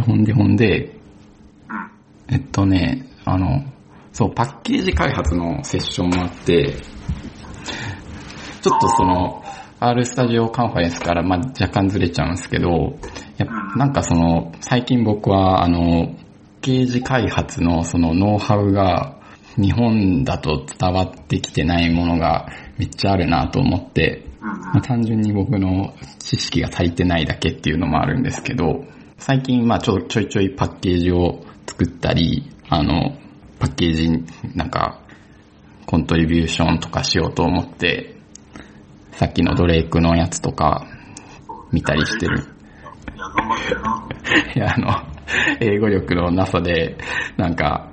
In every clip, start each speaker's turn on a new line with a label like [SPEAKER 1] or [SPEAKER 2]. [SPEAKER 1] ほんでほんで、
[SPEAKER 2] うん。
[SPEAKER 1] えっとね、あの、そう、パッケージ開発のセッションもあって、ちょっとその、R スタジオカンファレンスから、まあ、若干ずれちゃうんですけど、やっぱなんかその、最近僕は、あの、パッケージ開発のそのノウハウが、日本だと伝わってきてないものがめっちゃあるなと思って、
[SPEAKER 2] うんうん。
[SPEAKER 1] まあ、単純に僕の知識が足りてないだけっていうのもあるんですけど、最近まあちょちょいちょいパッケージを作ったり、あの、パッケージになんかコントリビューションとかしようと思って、さっきのドレイクのやつとか見たりしてる。
[SPEAKER 2] いや、頑張ってるな。
[SPEAKER 1] いや、あの、英語力のなさで、なんか、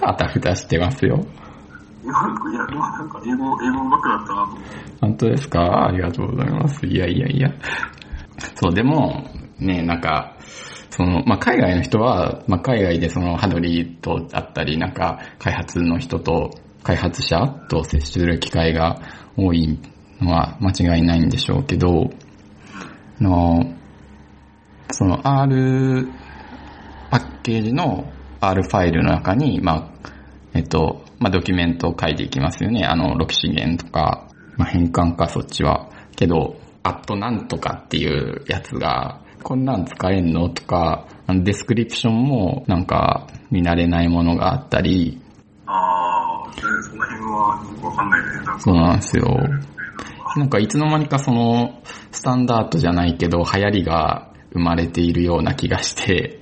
[SPEAKER 1] あたふたしてますよ。
[SPEAKER 2] いや、でもなんか英語、英語上手くなったなと思って。
[SPEAKER 1] 本当ですかありがとうございます。いやいやいや。そう、でも、ね、なんか、その、まあ、海外の人は、まあ、海外でその、ハドリーと会ったり、なんか、開発の人と、開発者と接する機会が多いのは間違いないんでしょうけど、あの、その R パッケージの R ファイルの中に、まあ、えっと、まあ、ドキュメントを書いていきますよね。あの、6資源とか、まあ、変換かそっちは。けど、アットなんとかっていうやつが、こんなん使えんのとか、あのデスクリプションもなんか見慣れないものがあったり、
[SPEAKER 2] あー、その辺はよくわかんないね。なんか
[SPEAKER 1] そうなんですよ。なんかいつの間にかその、スタンダードじゃないけど、流行りが生まれているような気がして、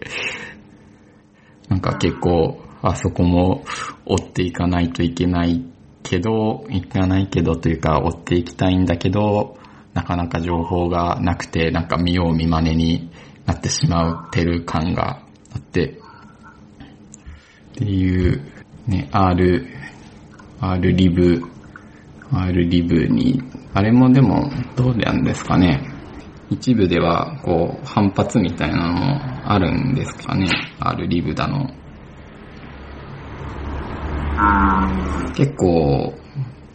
[SPEAKER 1] なんか結構、あそこも追っていかないといけないけど、いかないけどというか、追っていきたいんだけど、なかなか情報がなくて、なんか見よう見真似になってしまってる感があって、っていう、ね、R、R リブ、R リブに、あれもでもどうなんですかね。一部では、こう、反発みたいなのもあるんですかね。R リブだの。
[SPEAKER 2] う
[SPEAKER 1] 結構、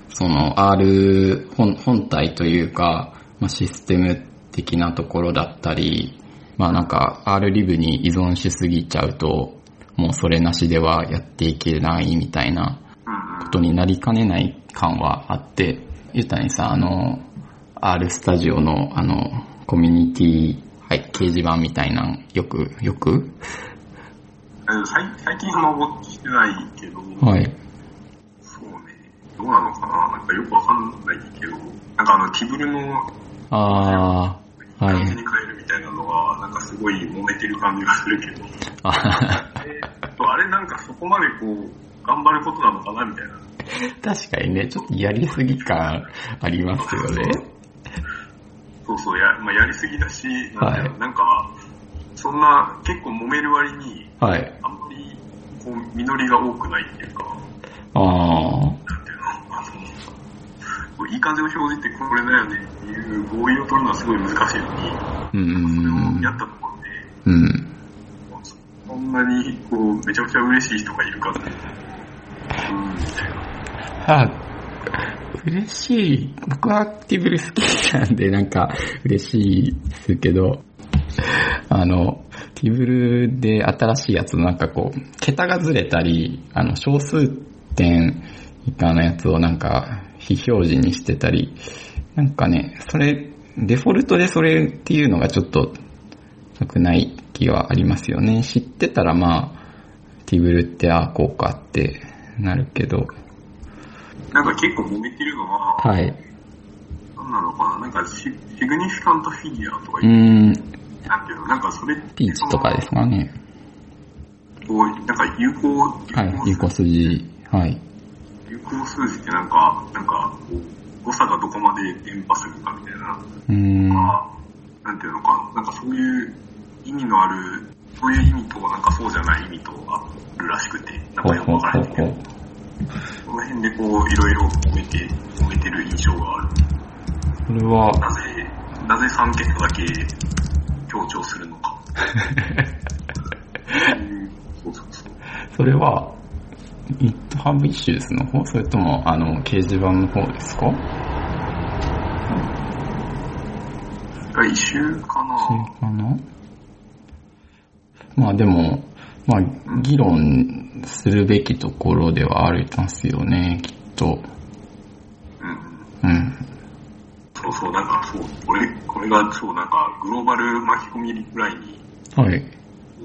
[SPEAKER 1] その R 本本体というか、まあ、システム的なところだったり、まあなんか R リブに依存しすぎちゃうと、もうそれなしではやっていけないみたいな
[SPEAKER 2] ーん。うん
[SPEAKER 1] ことになりかねない感はあって、ゆうたにさ、あの、R スタジオの、あの、コミュニティ、はい、掲示板みたいなん、よく、よく
[SPEAKER 2] うん。最最近は登ってないけど、
[SPEAKER 1] はい。
[SPEAKER 2] そうね。どうなのかななんかよくわかんないけど、なんかあの、ティブルの
[SPEAKER 1] あー、は
[SPEAKER 2] 感じに
[SPEAKER 1] い。
[SPEAKER 2] 変えるみたいなのは、なんかすごい揉めてる感じがするけど、
[SPEAKER 1] あ
[SPEAKER 2] あれなんかそこまでこう、頑張ることなのかなみたいな。
[SPEAKER 1] 確かにね、ちょっとやりすぎ感ありますよね。
[SPEAKER 2] そうそう、や,、まあ、やりすぎだし、なんだろう
[SPEAKER 1] はい
[SPEAKER 2] なんか、そんな結構揉める割に、
[SPEAKER 1] はい。
[SPEAKER 2] あんまりこう実りが多くないっていうか、
[SPEAKER 1] あー、
[SPEAKER 2] なんていうの、あの、こういい感じの表示ってこれだよねっていう合意を取るのはすごい難しいのに、
[SPEAKER 1] う
[SPEAKER 2] それを
[SPEAKER 1] ん
[SPEAKER 2] やったとこ
[SPEAKER 1] う
[SPEAKER 2] ろで、
[SPEAKER 1] ん。うん。
[SPEAKER 2] そんなにこうめちゃくちゃ嬉しい人がいるかって、うん、みたいな。
[SPEAKER 1] あ、嬉しい。僕はアクティブル好きなんで、なんか、嬉しいですけど、あの、ティブルで新しいやつのなんかこう、桁がずれたり、あの、小数点以下のやつをなんか、非表示にしてたり、なんかね、それ、デフォルトでそれっていうのがちょっと、良くない気はありますよね。知ってたらまあ、ティブルって、ああ、こうかってなるけど、
[SPEAKER 2] なんか結構揉めてるのは、
[SPEAKER 1] はい。
[SPEAKER 2] なんなのかな、なんかシシグニフィカントフィギュアとか
[SPEAKER 1] うー
[SPEAKER 2] 言
[SPEAKER 1] ん、
[SPEAKER 2] ったけど、なんかそれって
[SPEAKER 1] ピーチとかですかね。
[SPEAKER 2] こう、なんか有効、
[SPEAKER 1] はい、有効筋。はい。
[SPEAKER 2] 有効数字ってなんか、なんかこう、誤差がどこまで伝播するかみたいな、
[SPEAKER 1] うーん、は
[SPEAKER 2] まあなんていうのかな、なんかそういう意味のある、そういう意味と、なんかそうじゃない意味とあるらしくて、な
[SPEAKER 1] ほ
[SPEAKER 2] ん
[SPEAKER 1] う
[SPEAKER 2] かよく
[SPEAKER 1] ほう
[SPEAKER 2] わか
[SPEAKER 1] ほ
[SPEAKER 2] ら
[SPEAKER 1] うほ
[SPEAKER 2] ないけど
[SPEAKER 1] う、。
[SPEAKER 2] その辺でこう、いろいろ揉めて、揉めてる印象がある。
[SPEAKER 1] これは、
[SPEAKER 2] なぜ、なぜ3桁だけ強調するの か。うんそうそうそう。
[SPEAKER 1] それは、GitHub Issues の方それとも、あの、掲示板の方ですか
[SPEAKER 2] が一周か
[SPEAKER 1] そ
[SPEAKER 2] な
[SPEAKER 1] れかなまあでも、まあ、議論するべきところではありますよね、きっと。
[SPEAKER 2] うん。
[SPEAKER 1] うん。
[SPEAKER 2] そうそう、なんかそう、俺、これがそう、なんか、グローバル巻き込みぐらいに、
[SPEAKER 1] はい。
[SPEAKER 2] こ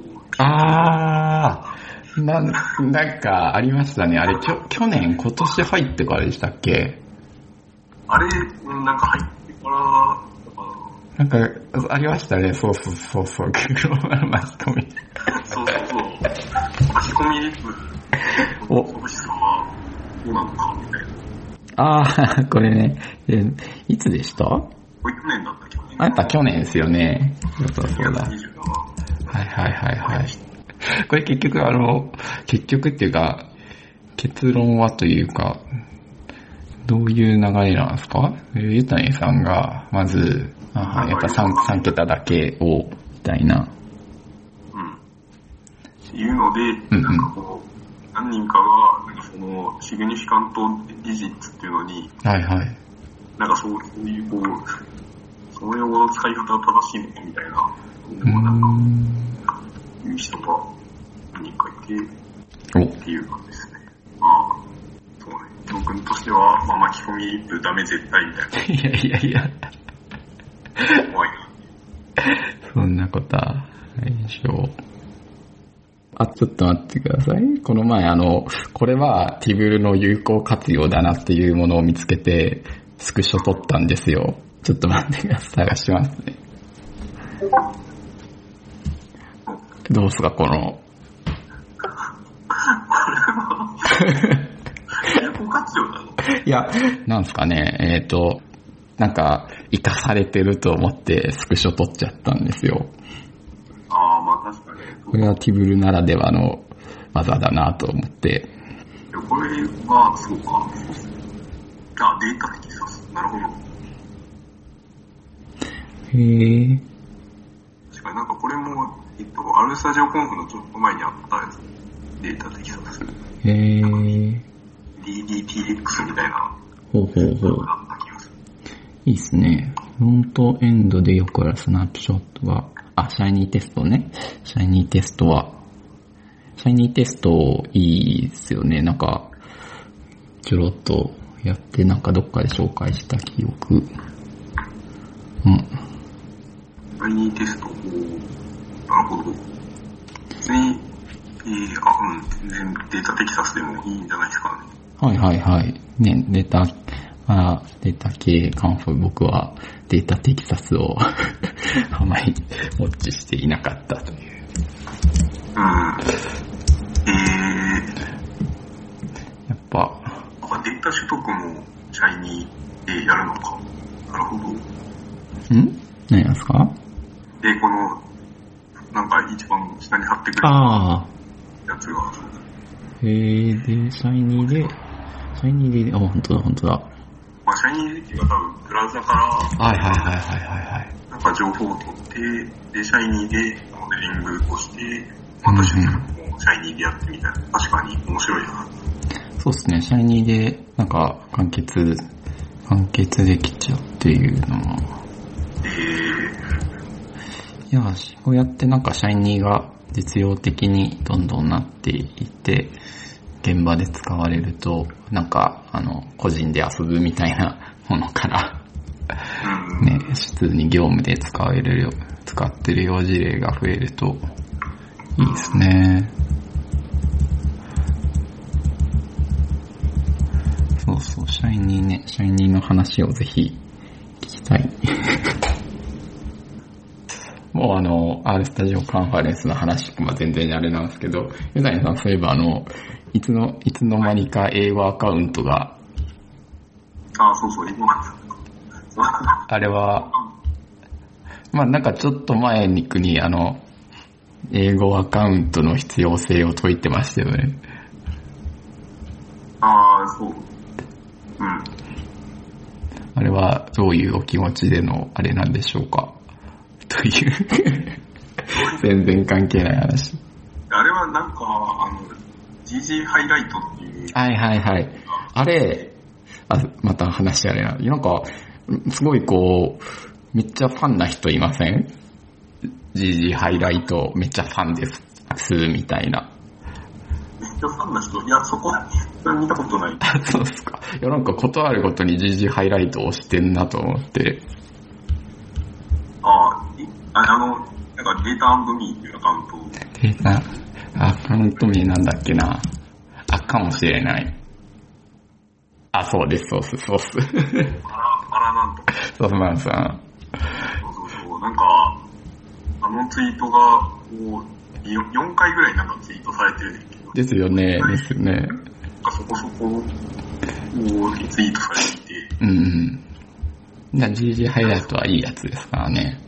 [SPEAKER 2] う
[SPEAKER 1] あー、なん、なんかありましたね。あれ、きょ、去年、今年入ってからでしたっけ
[SPEAKER 2] あれ、うんなんか入ってから、だか
[SPEAKER 1] なんか、ありましたね。そうそうそうそう。グローバルマスコミ。
[SPEAKER 2] らそうそうそう、巻き込み率、
[SPEAKER 1] お
[SPEAKER 2] オフィスは、どうなのか、みたいな。
[SPEAKER 1] あー、これね。えいつでしたあ、
[SPEAKER 2] これ去年だった、去年。
[SPEAKER 1] やっぱ去年ですよね。そうそう
[SPEAKER 2] 2
[SPEAKER 1] だ。
[SPEAKER 2] 月27
[SPEAKER 1] はいはいはいはい。これ結局あの、結局っていうか、結論はというか、どういう流れなんですかゆたにさんが、まず、あやっぱ 3, 3桁だけを、みたいな。
[SPEAKER 2] うん。っていうの
[SPEAKER 1] うんう
[SPEAKER 2] で、
[SPEAKER 1] ん
[SPEAKER 2] なんかこう、何人かが、なんかその、シグニフィカントディジッツっていうのに、
[SPEAKER 1] はいはい。
[SPEAKER 2] なんかそうそういう、こう、その用語の使い方が正しいのかみたいな、でもなんか、いう人が何人かいてっ
[SPEAKER 1] お、
[SPEAKER 2] ていう感じですね。まあ、そうね。教訓としては、まあ、巻き込みリップダメ絶対みたい
[SPEAKER 1] いやいやいや、
[SPEAKER 2] な、怖いな。
[SPEAKER 1] そんなことはないでしょう。あ、ちょっと待ってください。この前、あの、これはティブルの有効活用だなっていうものを見つけて、スクショ撮ったんですよ。ちょっと待ってください。探しますね。どうすか、この。
[SPEAKER 2] 有効活用なの
[SPEAKER 1] いや、なんすかね、えっ、と、なんか、生かされてると思ってスクショ撮っちゃったんですよ。
[SPEAKER 2] ああ、まあ確かに。
[SPEAKER 1] こ
[SPEAKER 2] そう
[SPEAKER 1] れはティブルならではの技だなと思って。
[SPEAKER 2] でこれは、そうか。あ、データ的さ、なるほど。
[SPEAKER 1] へえ。
[SPEAKER 2] 確かになんかこれも、えっと、アルスタジオコンフのちょっと前にあったやつ。データ的さです。
[SPEAKER 1] へえ。
[SPEAKER 2] DDTX みたいな
[SPEAKER 1] ほうほうほ
[SPEAKER 2] の
[SPEAKER 1] う。
[SPEAKER 2] があった気がする。
[SPEAKER 1] いいっすね。フロントエンドでよくあるスナップショットは、あ、シャイニーテストね。シャイニーテストは、シャイニーテストいいっすよね。なんか、ちょろっとやって、なんかどっかで紹介した記憶。うん。
[SPEAKER 2] 第2テストを、なるほど。別に、えー、あ、うん、全然データテキサスでもいいんじゃないですかね。
[SPEAKER 1] はいはいはい。ね、データ、あデータ系カンフォ、僕はデータテキサスを あまり ウォッチしていなかったという。
[SPEAKER 2] うん。え
[SPEAKER 1] やっぱ、
[SPEAKER 2] ー、あデータ取得も、シャイニーでやるのか。なるほど。
[SPEAKER 1] ん何なんですか
[SPEAKER 2] で、この、なんか一番下に貼ってくれる
[SPEAKER 1] ああ、
[SPEAKER 2] やつが、
[SPEAKER 1] へえ、で、シャイニーで、シャイニーで、あ、本当だ、本当だ。
[SPEAKER 2] まあ、シャイニーっていうか多分、ブラウザから、
[SPEAKER 1] はいはいはいはいはいはい。
[SPEAKER 2] なんか情報を取って、で、シャイニーでモデリングをして、また出力もシャイニーでやってみたいな。確かに面白いな。
[SPEAKER 1] そうですね、シャイニーで、なんか、完結、完結できちゃうっていうのも。
[SPEAKER 2] えー、
[SPEAKER 1] いや、こうやってなんかシャイニーが実用的にどんどんなっていって、現場で使われると、なんか、あの、個人で遊ぶみたいなものから、
[SPEAKER 2] うん、
[SPEAKER 1] ね、普通に業務で使えるよ、使ってる用事例が増えると、いいですね。そうそう、シャイニーね、シャイニーの話をぜひ聞きたい。もうあの、R スタジオカンファレンスの話とか全然あれなんですけど、ユダヤさんそういえばあの、いつの、いつの間にか英語アカウントが、
[SPEAKER 2] あ、そうそう、今。
[SPEAKER 1] あれはまあなんかちょっと前に国、あの、英語アカウントの必要性を説いてましたよね。
[SPEAKER 2] ああ、そう。うん。
[SPEAKER 1] あれはどういうお気持ちでのあれなんでしょうかと いう、全然関係ない話。
[SPEAKER 2] あれはなんか、あの、GG ハイライトっていう、
[SPEAKER 1] はいはいはい。あれ、あ、また話あれな。なんか、すごいこう、めっちゃファンな人いません GG ハイライトめっちゃファンです。みたいな。
[SPEAKER 2] めっちゃファンな人、いや、そこは、それ見たことない。
[SPEAKER 1] あ、 そうですか。いや、なんか断るごとに GG ハイライトを押してんなと思って。
[SPEAKER 2] ああ、いああの、なんかデータアンドミーっていうアカウントを、
[SPEAKER 1] で、な、アカウント名なんだっけな。あ、かもしれない。あ、そうです、そうです、 そうです。
[SPEAKER 2] あら、あらなんとか、
[SPEAKER 1] ソフマンさん。
[SPEAKER 2] そうそうそう、なんか、あのツイートが、こう、よ4回ぐらいなんかツイートされてるんですけど、
[SPEAKER 1] ですよね、ですよね。
[SPEAKER 2] なんかそこそこ、こう、リツイートされていて、
[SPEAKER 1] うんうん。じゃあ GG ハイライトはいいやつですからね。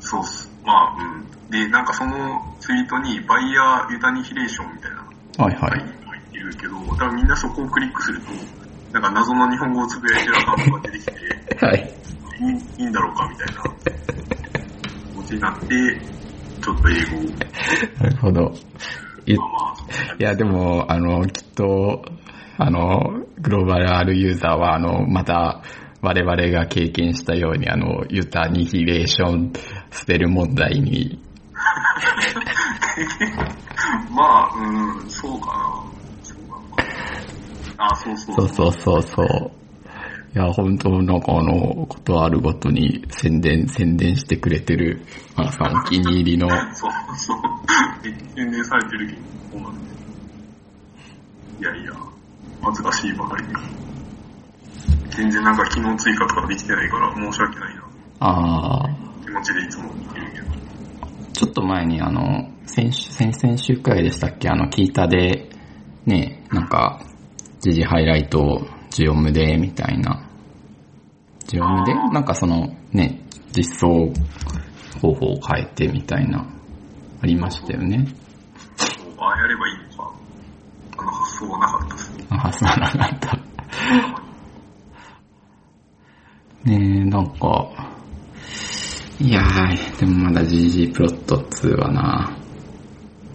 [SPEAKER 2] そうっす。まあ、うん。で、なんかそのツイートに、バイヤーユタニヒレーションみたいな、
[SPEAKER 1] はいは
[SPEAKER 2] はい、
[SPEAKER 1] い。
[SPEAKER 2] 入ってるけど、多分みんなそこをクリックすると、なんか謎の日本語をつぶやいてるアカウントが出てきて、
[SPEAKER 1] はい。
[SPEAKER 2] いいいいんだろうか みたいな、気持ちになって、ちょっと英語を、
[SPEAKER 1] なるほど。い
[SPEAKER 2] まあまあ、
[SPEAKER 1] いや、でも、あの、きっと、あの、グローバル R ユーザーは、あの、また、我々が経験したように、あの、ユタニヒレーションスペル問題に、
[SPEAKER 2] まあ、うん、そうかな。そうなのかな。あ、そうそう
[SPEAKER 1] そうそうそうそう。いや、本当なんかあの、ことあるごとに宣伝、宣伝してくれてる、まあさんお気に入りの、
[SPEAKER 2] そうそう。宣伝されてるけど、そうなんですよ。いやいや、恥ずかしいばかりに。全然なんか機能追加とかできてないから申し訳ないな。
[SPEAKER 1] ああ、
[SPEAKER 2] 気持ちでいつも見てるけど。
[SPEAKER 1] ちょっと前にあの、先週、先々週くらいでしたっけあの、キータで、ね、なんか、ジジハイライト、ジオムで、みたいな。ジオムでなんかその、ね、実装方法を変えてみたいな、ありましたよね。
[SPEAKER 2] ああやればいいのか。あの発想はなかったです。
[SPEAKER 1] あ、そうなんだ った。ねえ、なんか、いやー、でもまだ GG プロット2はな、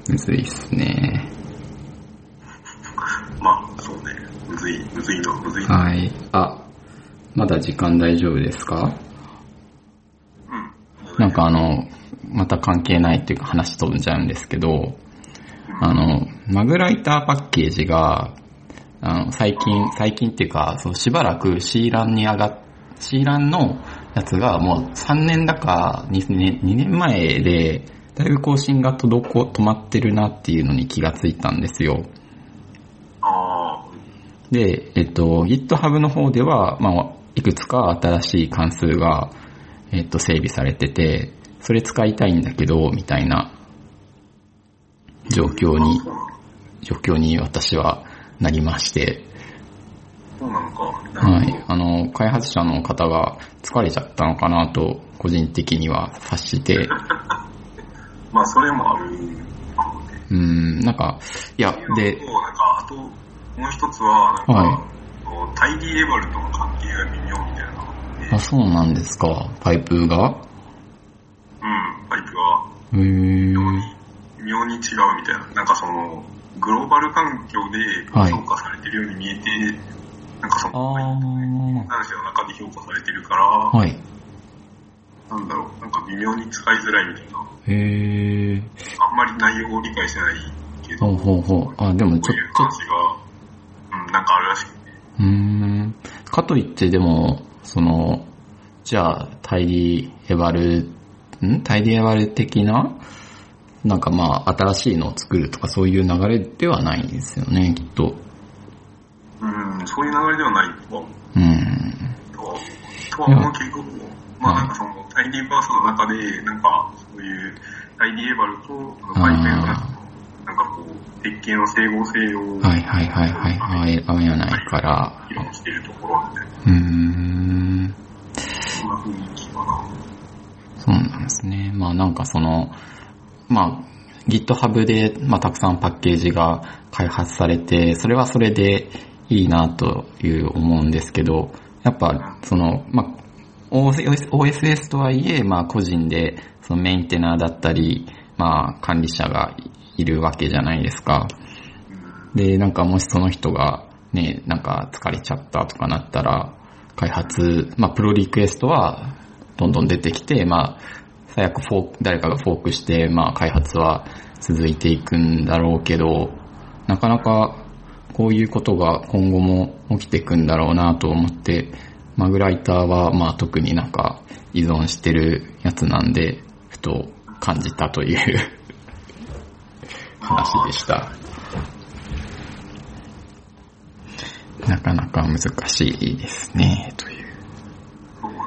[SPEAKER 1] むずいっすね。
[SPEAKER 2] まあ、そうね。むずい、むずいな、むずいな。
[SPEAKER 1] はい。あ、まだ時間大丈夫ですか
[SPEAKER 2] うん。
[SPEAKER 1] なんかあの、また関係ないっていうか話飛んじゃうんですけど、あの、マグライターパッケージが、あの、最近、最近っていうか、そう、しばらく C ランに上がっ、C ランのやつがもう3年だか2年、2年前で、だいぶ更新が滞、止まってるなっていうのに気がついたんですよ。
[SPEAKER 2] ああ、
[SPEAKER 1] で、えっと、GitHub の方では、まあ、いくつか新しい関数が、えっと、整備されてて、それ使いたいんだけど、みたいな状況に、状況に私はなりまして、
[SPEAKER 2] そうなのか。な
[SPEAKER 1] は
[SPEAKER 2] るほ
[SPEAKER 1] い。あの、開発者の方が疲れちゃったのかなと、個人的には察して、
[SPEAKER 2] どまあ、それもあるかもね。
[SPEAKER 1] うん、なんか、いや、で
[SPEAKER 2] そう、、なんか、あと、もう一つは、なん
[SPEAKER 1] は
[SPEAKER 2] か、こうタイディレバルとの関係が微妙みたいなのがあって、
[SPEAKER 1] あ、そうなんですか、パイプが
[SPEAKER 2] うん、タイプが
[SPEAKER 1] へー
[SPEAKER 2] 微妙に違うみたいな。なんかその、グローバル環境で
[SPEAKER 1] はい
[SPEAKER 2] 評価されてるように見えて、なんかそ
[SPEAKER 1] あー、
[SPEAKER 2] の、男子の中で評価されてるから、
[SPEAKER 1] はい。
[SPEAKER 2] なんだろう、なんか微妙に使いづらいみたいな。
[SPEAKER 1] へー。
[SPEAKER 2] あんまり内容を理解してないけど、
[SPEAKER 1] ほうほうほう。あ、でもちょ
[SPEAKER 2] こういう
[SPEAKER 1] っ
[SPEAKER 2] 感じが、うん、なんかあるらしくて。
[SPEAKER 1] と、うーん。かといってでも、その、じゃあ、タイリーエバル、んタイリーエバル的な、なんかまあ、新しいのを作るとかそういう流れではないんですよね、きっと。
[SPEAKER 2] うん、そういう流れではないとは思う
[SPEAKER 1] うん。
[SPEAKER 2] とは思うとは思うけど、まあなんかその、タイディバースの中で、なんか、そういう、タイディエバルと、あのパイセンの中のなんかこう、設計の整合性を
[SPEAKER 1] はいはいはいはいはい、合わないから。
[SPEAKER 2] 議論しているところみたいな、
[SPEAKER 1] うーん。
[SPEAKER 2] そんな雰囲気かな。
[SPEAKER 1] そうなんですね。まあなんかその、まあ GitHub で、まあ、たくさんパッケージが開発されて、それはそれでいいなという思うんですけど、やっぱその、まあ OS OSS とはいえ、まあ個人でそのメンテナーだったり、まあ管理者がいるわけじゃないですか。で、なんかもしその人がね、なんか疲れちゃったとかなったら、開発、まあプロリクエストはどんどん出てきて、まあ、最悪フォーク、誰かがフォークして、まあ開発は続いていくんだろうけど、なかなかこういうことが今後も起きていくんだろうなと思って、マグライターはまあ特になんか依存してるやつなんで、ふと感じたという 話でした。なかなか難しいですね、という。
[SPEAKER 2] そうね。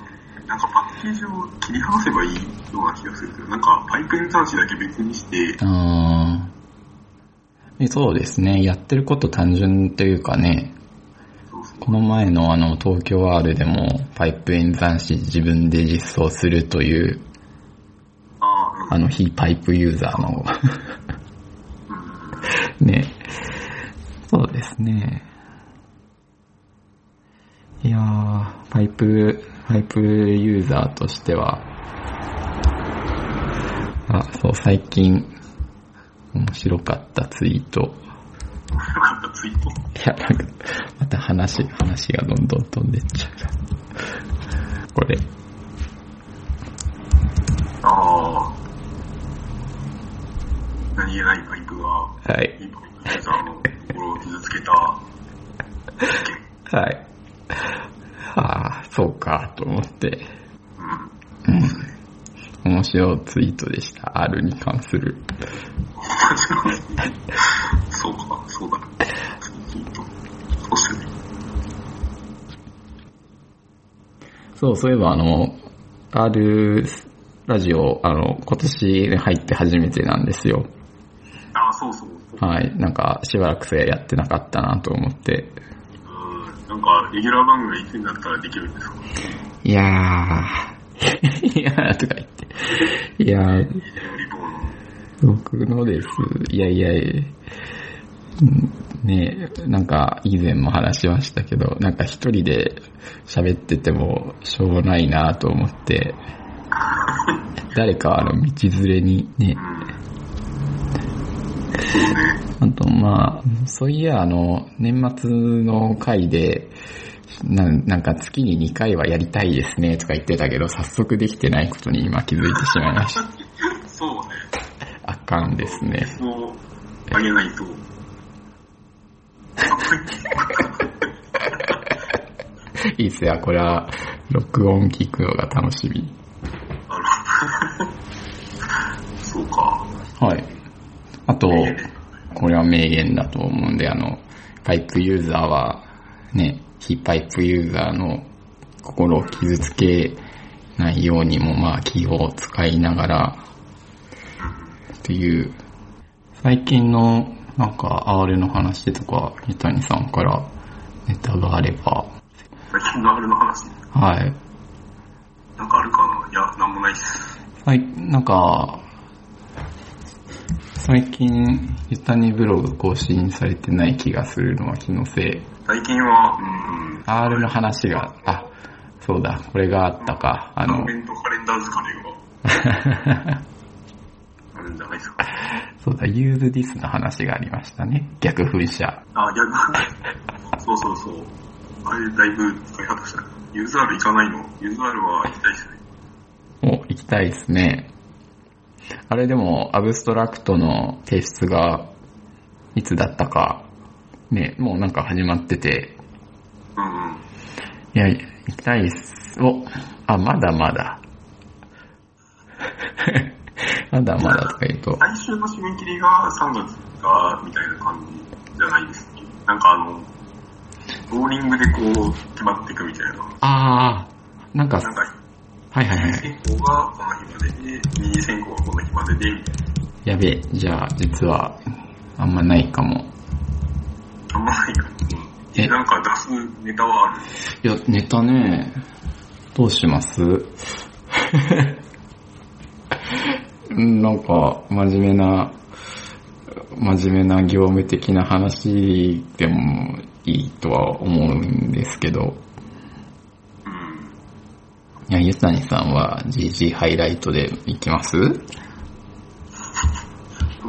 [SPEAKER 2] なんかパッケージを切り離せばいいような気がするけど、なんかパイプイン端子だけ別にして、
[SPEAKER 1] あーえそうですね。やってること単純というかね、
[SPEAKER 2] そうそう。
[SPEAKER 1] この前のあの東京 R でもパイプ演算子自分で実装するという、
[SPEAKER 2] ああ、
[SPEAKER 1] あの非パイプユーザーの
[SPEAKER 2] うん。うん
[SPEAKER 1] ね、そうですね。いやー、パイプ、パイプユーザーとしては、あ、そう、最近、面白かったツイート。
[SPEAKER 2] よかった、ツイート。
[SPEAKER 1] いや、なんか、また話、話がどんどん飛んでっちゃう。これ、
[SPEAKER 2] ああ。何気ないパイプが、
[SPEAKER 1] はい、
[SPEAKER 2] いいパイプユーザーの心を傷つけた、
[SPEAKER 1] はい。ああ、そうか、と思って、
[SPEAKER 2] うん。
[SPEAKER 1] うん。面白いツイートでした。R に関する。
[SPEAKER 2] そうか、そうだ。ツイート。そうする。
[SPEAKER 1] そう、そういえば、あの、R ラジオ、あの、今年入って初めてなんですよ。
[SPEAKER 2] ああ、そうそうそう。
[SPEAKER 1] はい。なんか、しばらくそれやってなかったなと思って。
[SPEAKER 2] うん。なんか、レギュラー番組がいつになったらできるんですか
[SPEAKER 1] いやー、 いやーとか言って。いやー、
[SPEAKER 2] リボンの。
[SPEAKER 1] 僕のです。いやいやいや。ねえ、なんか以前も話しましたけど、なんか一人で喋っててもしょうがないなと思って、誰かあの道連れにね、あとまあ、そういやあの、年末の回で、なんなんか月に2回はやりたいですねとか言ってたけど、早速できてないことに今気づいてしまいました。
[SPEAKER 2] うん。そうね。
[SPEAKER 1] あかんですね。
[SPEAKER 2] そう、あげないと。
[SPEAKER 1] いいっすよ、これは、録音聞くのが楽しみ。
[SPEAKER 2] そうか。
[SPEAKER 1] はい。あと、これは名言だと思うんで、あの、パイプユーザーは、ね、非パイプユーザーの心を傷つけないようにも、まあ、気を使いながら、っていう、最近の、なんか、R の話とか、三谷さんからネタがあれば、
[SPEAKER 2] 最近のあれの話、
[SPEAKER 1] はい。
[SPEAKER 2] なんかあるかないや、なんもないっす。
[SPEAKER 1] はい、なんか、最近、ゆたにブログ更新されてない気がするのは気のせい。
[SPEAKER 2] 最近は、うん、
[SPEAKER 1] R の話が、あ、そうだ、これがあったか。あの
[SPEAKER 2] コ、メントカレンダー疲れが。あるんじゃないですか。
[SPEAKER 1] そうだ、ユーズディスの話がありましたね。逆噴射。
[SPEAKER 2] あ、逆そうそうそう。あれ、だいぶ使い果たした。ユーザール行かないのユーザールは行きたいっすね。
[SPEAKER 1] お、行きたいですね。あれでも、アブストラクトの提出が、いつだったか、ね、もうなんか始まってて、
[SPEAKER 2] うんうん。
[SPEAKER 1] いや、行きたいっす。お、あ、まだまだ。 まだまだとか言うと、
[SPEAKER 2] 来週の締め切りが3月か、みたいな感じじゃないですっけなんかあの、ローリングでこう、決まっていくみたいな。
[SPEAKER 1] あー、なんか、
[SPEAKER 2] なんか、
[SPEAKER 1] はいはいは
[SPEAKER 2] 一次
[SPEAKER 1] い。
[SPEAKER 2] 選考がこの日までで、二次選考がこの日までで、
[SPEAKER 1] やべえ、じゃあ、実は、あんまないかも。
[SPEAKER 2] あんまないか
[SPEAKER 1] え
[SPEAKER 2] ら。なんか出すネタはある。
[SPEAKER 1] いや、ネタね、どうします うんなんか、真面目な、真面目な業務的な話でもいいとは思うんですけど、
[SPEAKER 2] うん。
[SPEAKER 1] いや、ゆたにさんは GG ハイライトで行きます
[SPEAKER 2] どう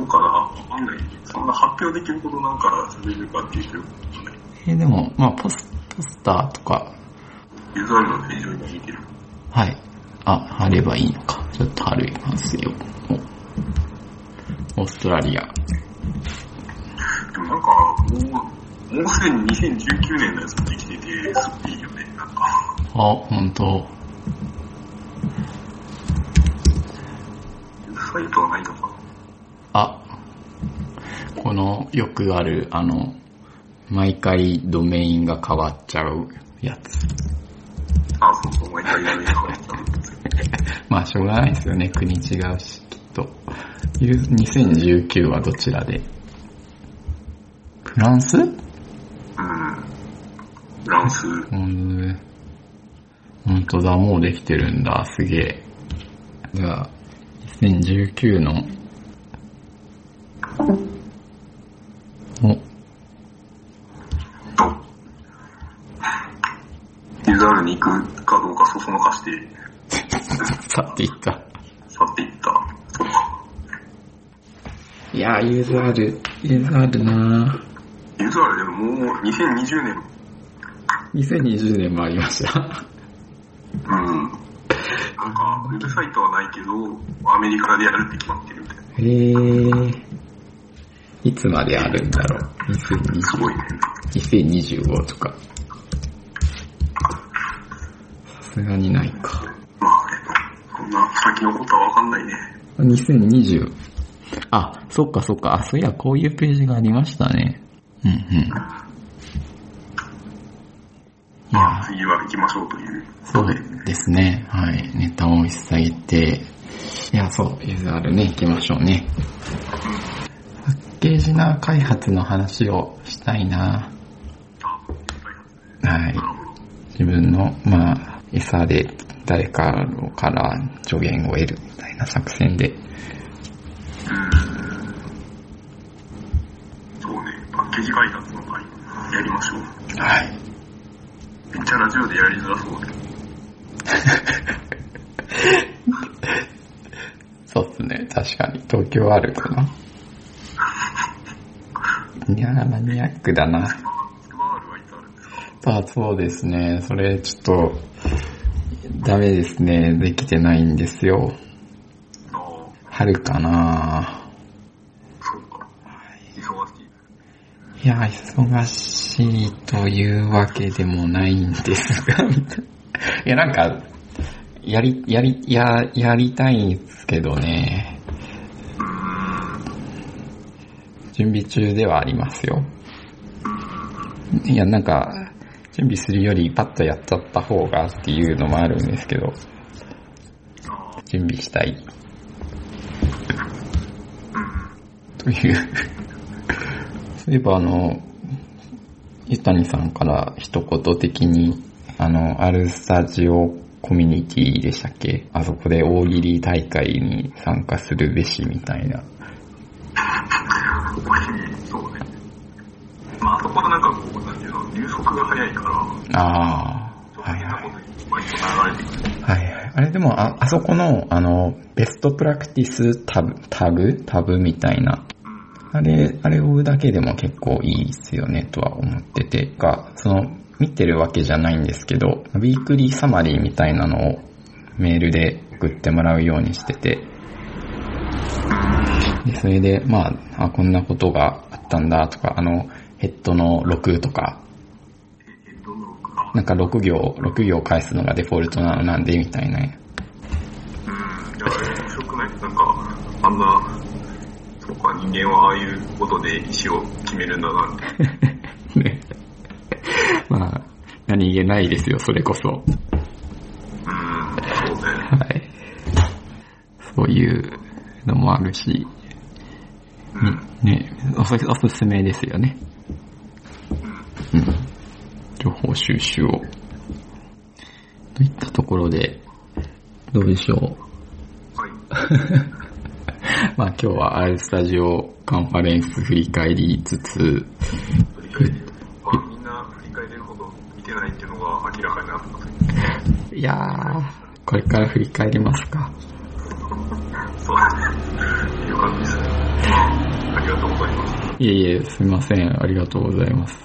[SPEAKER 2] かなわかんない。そんな発表できるほどなんか喋れるかっていうとよくわかんない。
[SPEAKER 1] えーでも、まあポス、ポスターとか、
[SPEAKER 2] ユーザーのページを見てる。
[SPEAKER 1] はい。あ、あればいいのか。ちょっと歩きますよ。おオーストラリア。
[SPEAKER 2] でもなんか、もう、もうすでに2019年のやつができてて、いいよね、なんか。
[SPEAKER 1] あ、本当
[SPEAKER 2] サイトはないのかな
[SPEAKER 1] あ、このよくある、あの、毎回ドメインが変わっちゃうやつ。
[SPEAKER 2] あ、そうそう、毎回やるやつだ
[SPEAKER 1] まあ、しょうがないですよね。国違うし、きっと。ゆ2019はどちらでフランス
[SPEAKER 2] うん。フランス、
[SPEAKER 1] うん。本当だ、もうできてるんだ。すげえ。じゃあ、2019の。お、
[SPEAKER 2] と、ユザールに行くかどうかそそのかして、
[SPEAKER 1] 去っていった。
[SPEAKER 2] 去っていった。そうか。
[SPEAKER 1] いやー、ユーザール、ユーザールなー
[SPEAKER 2] ユザールでももう2020年、
[SPEAKER 1] 2020年もありました。
[SPEAKER 2] うん。なんか、ウェブサイトはないけど、アメリカでやるって決まってるみたいな。
[SPEAKER 1] へー。いつまであるんだろう。
[SPEAKER 2] すごいね。
[SPEAKER 1] 2020 2025とか。さすがにないか。
[SPEAKER 2] まあ、そんな先のことはわかんないね。
[SPEAKER 1] 2020。あ、そっかそっか。あ、そういや、こういうページがありましたね。うんうん。い
[SPEAKER 2] まあ、
[SPEAKER 1] や
[SPEAKER 2] 次は行きましょうという
[SPEAKER 1] ー、
[SPEAKER 2] こ
[SPEAKER 1] そ
[SPEAKER 2] とで。
[SPEAKER 1] うですね。はい。ネタを一切言って。いや、そう、USR ね、行きましょうね。パッケージな開発の話をしたいな。
[SPEAKER 2] あ
[SPEAKER 1] はい。自分の、まあ、餌で誰かから助言を得るみたいな作戦で。
[SPEAKER 2] そうね、パッケージ開発の回、やりましょう。
[SPEAKER 1] はい。
[SPEAKER 2] めっちゃラジオでやりづらそうで。
[SPEAKER 1] そうっすね。確かに。東京あるかな。いやー、マニアックだな。
[SPEAKER 2] スクバールはいつあるんですか
[SPEAKER 1] あ、そうですね。それ、ちょっと、ダメですね。できてないんですよ。
[SPEAKER 2] ああ、
[SPEAKER 1] 春かな
[SPEAKER 2] そうか。忙しい。
[SPEAKER 1] いや、忙しいというわけでもないんですが、みたいな。いや、なんか、やり、やり、や、やりたいんですけどね。準備中ではありますよ。いや、なんか、準備するよりパッとやっちゃった方がっていうのもあるんですけど、
[SPEAKER 2] あ
[SPEAKER 1] 準備したい。という。そういえば、あの、伊谷さんから一言的に、あの、あるスタジオコミュニティでしたっけあそこで大喜利大会に参加するべしみたいな。
[SPEAKER 2] あ、おかしい。そうね。まあ、あそこはなんかこう、なんていうの、流速が早いから、
[SPEAKER 1] ああ、
[SPEAKER 2] そう
[SPEAKER 1] はいいう
[SPEAKER 2] な
[SPEAKER 1] は
[SPEAKER 2] こ
[SPEAKER 1] い。
[SPEAKER 2] とに、まあ、流れていく。
[SPEAKER 1] はいはい。あれでも、あ、あそこの、あの、ベストプラクティスタブ、タブタブみたいな。
[SPEAKER 2] うん。
[SPEAKER 1] あれ、あれを追うだけでも結構いいですよねとは思ってて、が、その、見てるわけじゃないんですけど、ウィークリーサマリーみたいなのをメールで送ってもらうようにしてて、で、それで、まあ、あ、こんなことがあったんだとか、あの、ヘッドの6とか、
[SPEAKER 2] えー、どのか。
[SPEAKER 1] なんか6行、6行返すのがデフォルトなのなんでみたいな。
[SPEAKER 2] うん、いや、あれ面白くないなんか、あんな、そうか、人間はああいうことで意思を決めるんだなって。
[SPEAKER 1] ね。 まあ、何気ないですよ、それこそ。
[SPEAKER 2] うん、そうね。
[SPEAKER 1] はい。そういうのもあるし、
[SPEAKER 2] うん。
[SPEAKER 1] ね、おすおすすめですよね。うん。情報収集を。といったところで、どうでしょう。
[SPEAKER 2] はい。
[SPEAKER 1] まあ今日は R スタジオカンファレンス振り返りつつ、
[SPEAKER 2] 振り返り。まあ、みんな振り返れるほど見てないっていうのが明らかになってますね。
[SPEAKER 1] いやー、これから振り返りますか。
[SPEAKER 2] そうですね。いう感じですね。まあありがとうございます。
[SPEAKER 1] いえいえ、すみません。ありがとうございます。